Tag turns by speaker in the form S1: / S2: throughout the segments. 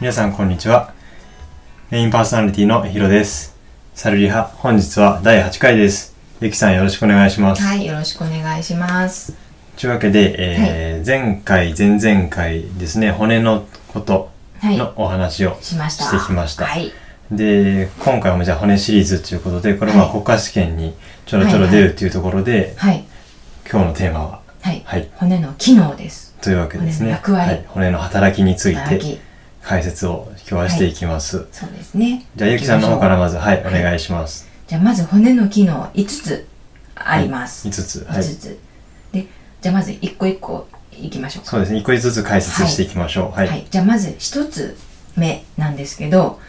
S1: 皆さんこんにちはメインパーソナリティのひろですサルリハ本日は第8回ですゆきさんよろしくお願いします、
S2: はい、よろしくお願いします。
S1: というわけで、えー前回前々回ですね骨のこと
S2: はい、
S1: のお話を
S2: しました。
S1: してきました
S2: はい、
S1: で今回もじゃあ骨シリーズということでこれはまあ
S2: はい
S1: 国家試験にちょろちょろ出るっていうところで、
S2: はい、
S1: 今日のテーマは
S2: はい、
S1: はい
S2: 骨の機能です。
S1: というわけですね
S2: 骨の役割
S1: はい、骨の働きについ
S2: 働
S1: て
S2: き、
S1: 解説を今日はしていきます、
S2: そうですね。
S1: じゃあゆきさんの方から
S2: 行きま
S1: ま
S2: しょ
S1: ずはいお
S2: はい
S1: 願いします、
S2: う。じゃあまず骨の機能5つあります。
S1: 5つは
S2: 5
S1: い
S2: つ。で、じゃあまず一個一個いきましょうか。
S1: そうですね一個ずつ解説していきましょうはい、
S2: はい、じゃあまず1つ目なんですけど、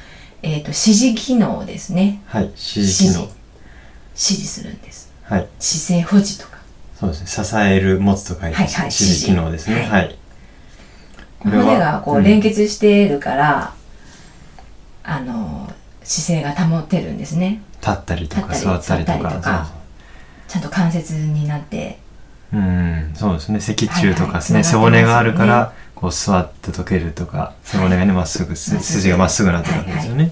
S2: えっ、と、指示機能ですね。
S1: はい、指示機能
S2: 指示指示するんです。
S1: はい
S2: 姿勢保持とか。
S1: そうですね支える持つと書いて、
S2: はいはい
S1: 指示機能ですね
S2: 指示
S1: はい、これは
S2: 骨がこ
S1: う
S2: うん連結しているから、あの姿勢が保てるんですね
S1: 立ったりとか
S2: 立
S1: 座
S2: ったり
S1: ったりとか
S2: 座ったりとかちゃんと関節になって
S1: そうそううんそうですね脊柱とかですね、
S2: はいはい
S1: 背骨があるか
S2: 繋が
S1: らこう座って溶けるとか背骨がねまっすぐす
S2: まっすぐ
S1: 筋がまっすぐなってるわけですよね、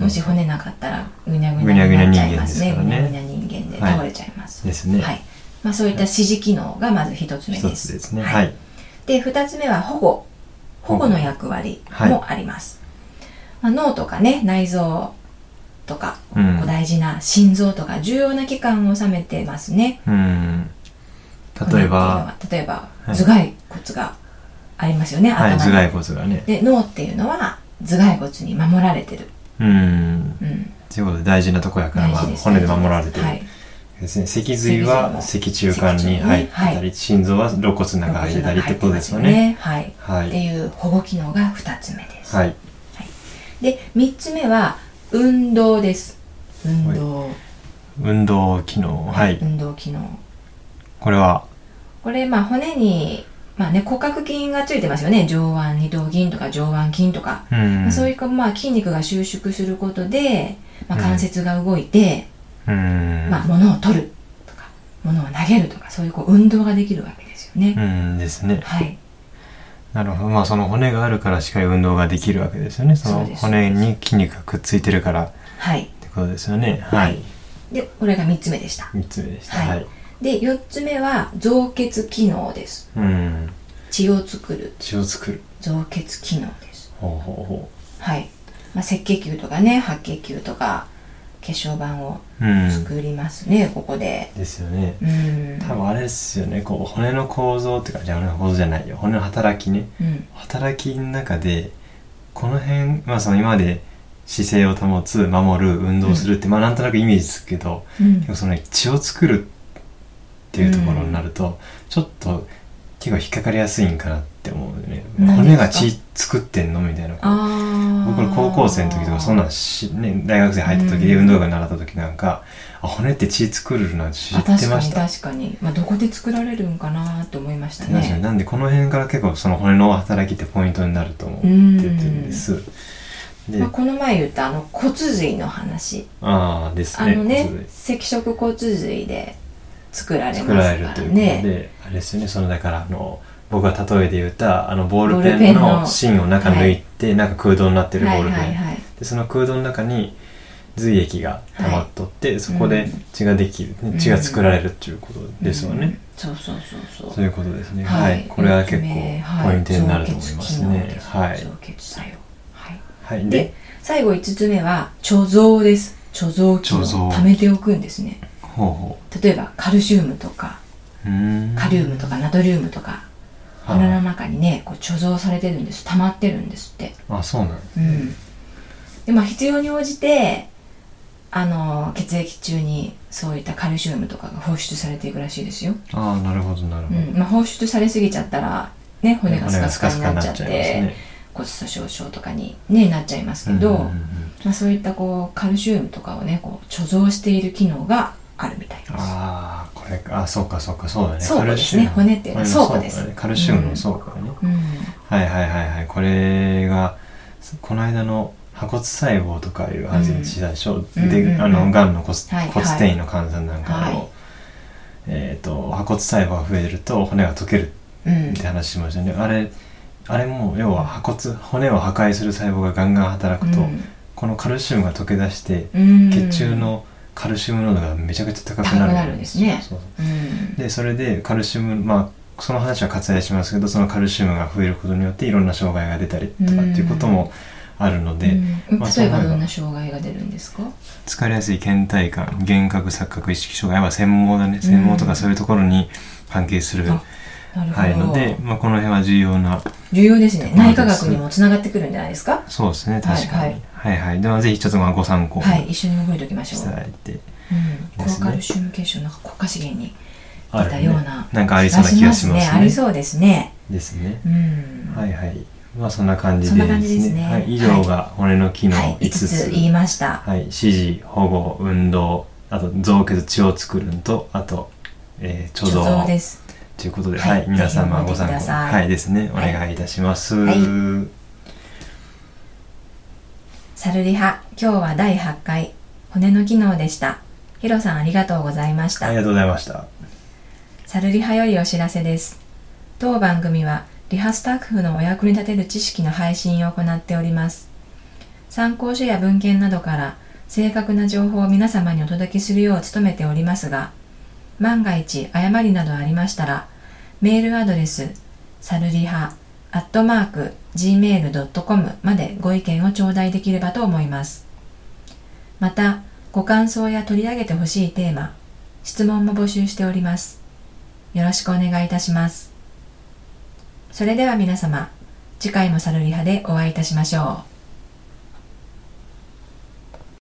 S2: もし骨なかったらぐにゃぐ
S1: ぐ
S2: に
S1: に
S2: ゃ
S1: ゃ
S2: に
S1: ぐにゃ
S2: なっ
S1: 人
S2: ちゃ
S1: 間で
S2: いま
S1: す
S2: すね
S1: から
S2: ぐにゃぐに
S1: ね
S2: ゃ人間で
S1: はい
S2: 倒れちゃいます、
S1: ですね、
S2: はいまあ、そういった指示機能がまず一つ目
S1: 一
S2: です
S1: つですね
S2: は
S1: はいい
S2: で2つ目は保護
S1: 保
S2: 保
S1: 護
S2: 護の役割もあります、まあ、脳とかね内臓とか、
S1: うん
S2: こう大事な心臓とか重要な器官を収めてますね、
S1: うん例えば、
S2: 例えば
S1: はい
S2: 頭蓋骨がありますよね、
S1: はい、
S2: 頭
S1: 頭
S2: に
S1: 蓋骨がね
S2: で脳っていうのは頭蓋骨に守られてる、
S1: うん
S2: うん、
S1: ということで大事なとこやから、
S2: 大
S1: まあ、
S2: 事です
S1: 骨で守られてる
S2: はい、
S1: ですね。脊髄は脊
S2: 脊
S1: 柱
S2: 髄も
S1: 管に
S2: 脊柱に
S1: 入って
S2: はい
S1: たり、心臓は肋骨の中入ってたりってことですよね。
S2: 肋骨が入ってます
S1: は
S2: よねはい、って
S1: い。
S2: いう保護機能が2つ目です、
S1: はい。
S2: で3つ目は運動です運動、
S1: 運動機能。はい。
S2: 運動機能
S1: これは、
S2: これまあ骨にまあね骨格筋がついてますよね上腕二頭筋とか上腕筋とか、
S1: うん。。
S2: そういううまあ筋肉が収縮することで、まあ、関節が動いて、
S1: ん。
S2: まあ、物を取るとか物を投げるとかそういうこう運動ができるわけですよね、
S1: うんですね。
S2: はい
S1: なるほど。まあ、その骨があるからしっかり運動ができるわけですよね。そ
S2: そ
S1: の
S2: うです
S1: 骨に筋肉がくっついてるからっ
S2: はい
S1: てことですよね。はい。
S2: でこれが3つ目でした
S1: 三つ目でした。
S2: はい
S1: はい。
S2: で4つ目は造血機能です
S1: うん。
S2: 血を作る
S1: 血を作る。
S2: 造血機能です
S1: ほうほうほ
S2: はい、まあ、赤血球とかね白血球とか血小板を
S1: う。うん。
S2: 作りますね、ここで
S1: ですよね。
S2: うん
S1: 多分あれですよね。こう、骨の構造っていうか、じゃあ骨の構造じゃないよ。骨の働きね。
S2: うん
S1: 働きの中でこの辺、まあ、その今まで姿勢を保つ守る運動するって、まあなんとなくイメージつくけど
S2: うん
S1: でもその血を作るっていうところになると、ちょっと結構引っかかりやすいんかなって思うよね
S2: 何
S1: 骨
S2: ですか
S1: が血作ってんのみたいなこう
S2: あ
S1: 僕ら高校生の時とかそんなんし、ね、大学生入った時で
S2: うん
S1: 運動部習った時なんか、あ骨って血作るなんて知
S2: 知
S1: ってました
S2: 確かに確かに、まあ、どこで作られるんかなと思いました
S1: 確かに
S2: ね
S1: なんでこの辺から結構その骨の働きってポイントになると思っててんです。で、
S2: まあ、この前言ったあの骨髄の話
S1: ああです
S2: あ
S1: ね。
S2: のね
S1: 骨髄
S2: 赤色骨髄で作られます
S1: 作
S2: からら
S1: れるということで、
S2: ね
S1: あれですよね。そのだからあの僕が例えで言ったあのボール
S2: ボー
S1: ペ
S2: ルペ
S1: ン
S2: ン
S1: の
S2: の
S1: 芯を中抜いて、なんか空洞になってるボ
S2: は
S1: ー
S2: い
S1: ルペン。
S2: はいはい
S1: でその空洞の中に髄液が溜まっとって、そこで血ができる、
S2: ん
S1: 血が作られるっていうことですよ
S2: うん
S1: ね。
S2: そうそうそう
S1: そ
S2: そうう
S1: いうことですね。は、
S2: はい
S1: これは結構
S2: ね
S1: ポイントになると思います
S2: はい造血機能
S1: ね
S2: で。す
S1: はい
S2: 造。血作用はい
S1: はい。で
S2: で、最後5つ目は貯蔵です貯蔵機
S1: 貯
S2: 能
S1: 蔵
S2: 貯めておくんですね
S1: ほうほう。
S2: 例えばカルシウムとかカリウムとかナトリウムとか
S1: はい
S2: 鼻の中にねこう貯蔵されてるんです溜まってるんですって
S1: あそうなん
S2: うん、でまあ必要に応じてあの血液中にそういったカルシウムとかが放出されていくらしいですよ、
S1: ああなるほどなる
S2: う
S1: ほど、
S2: んまあ、放出されすぎちゃったらね骨がスカスカになっちゃって
S1: ね
S2: 骨粗しょう症とかに、ね、なっちゃいますけど、
S1: うんうんうん
S2: まあ、そういったこうカルシウムとかをねこう貯蔵している機能があるみたいです
S1: ああこれかあそうかそうかそうだね
S2: 倉庫
S1: カルシウム
S2: ですね骨っていうのは
S1: 骨の
S2: 倉庫です
S1: だねカルシウムの倉庫だね、
S2: うん
S1: はいはいはいはいこれがそこの間の破骨細胞とかいう話でしたでしょ、
S2: うんうんうん
S1: で
S2: うん
S1: あのがんの骨,、
S2: はい
S1: 骨転移の患者さんなんかの、
S2: はい
S1: えっ、と破骨細胞が増えると骨が溶ける
S2: うん
S1: って話しましたね、あれあれも要は破骨骨を破壊する細胞がガンガン働くと、このカルシウムが溶け出して、
S2: うん
S1: 血中のカルシウム濃度がめちゃくちゃ高くなる
S2: 高くなるんですね
S1: そうそう
S2: うん
S1: でそれでカルシウムまあその話は割愛しますけどそのカルシウムが増えることによっていろんな障害が出たりとかっていうこともあるので、
S2: うん
S1: まあ
S2: 例
S1: そう
S2: えば
S1: 思えば
S2: どんな障害が出るんですか
S1: 疲れやすい倦怠感幻覚錯覚意識障害は専門だね専門とかそういうところに関係する、
S2: あなるほ
S1: は
S2: ど、
S1: いので、まあ、この辺は重要な
S2: 重要です
S1: そ
S2: ね
S1: うです
S2: 内科学にもつながってくるんじゃないですか
S1: そうですね確かに
S2: は
S1: はいはい、ではぜひちょっとまあご参考に
S2: はい一緒に覚えておきましょ
S1: し
S2: う、
S1: ていただいて、
S2: うん、
S1: です
S2: 高
S1: ね
S2: カルシウム血症なんか国家資源に
S1: あ
S2: 出
S1: る
S2: た
S1: ね
S2: ような、
S1: なんかありそうな気がしますね
S2: ありそうですね
S1: ですね
S2: うん
S1: はいはいまあそんな感じ
S2: そ
S1: で
S2: ん
S1: で
S2: な
S1: すね
S2: 感じですね
S1: はい、以上が骨の機能
S2: はい、
S1: 5
S2: 5
S1: つ、
S2: つ言いました
S1: はい、指示保護運動あと造血血を作るのとあと、えー、貯蔵
S2: 貯蔵です
S1: ということで、
S2: は
S1: はいい、皆様ご
S2: ぜひ
S1: 参考に
S2: 覚えてください
S1: はいですね、お
S2: はい
S1: 願いいたします。
S2: は
S1: はいい、
S2: サルリハ今日は第8回骨の機能でしたヒロさんありがとうございました、
S1: ありがとうございました。
S2: サルリハよりお知らせです。当番組はリハスタッフのお役に立てる知識の配信を行っております。参考書や文献などから正確な情報を皆様にお届けするよう努めておりますが、万が一誤りなどありましたら、メールアドレス、サルリハ、アットマーク、gmail.com までご意見を頂戴できればと思います。また、ご感想や取り上げてほしいテーマ、質問も募集しております。よろしくお願いいたします。それでは皆様、次回もサルリハでお会いいたしましょう。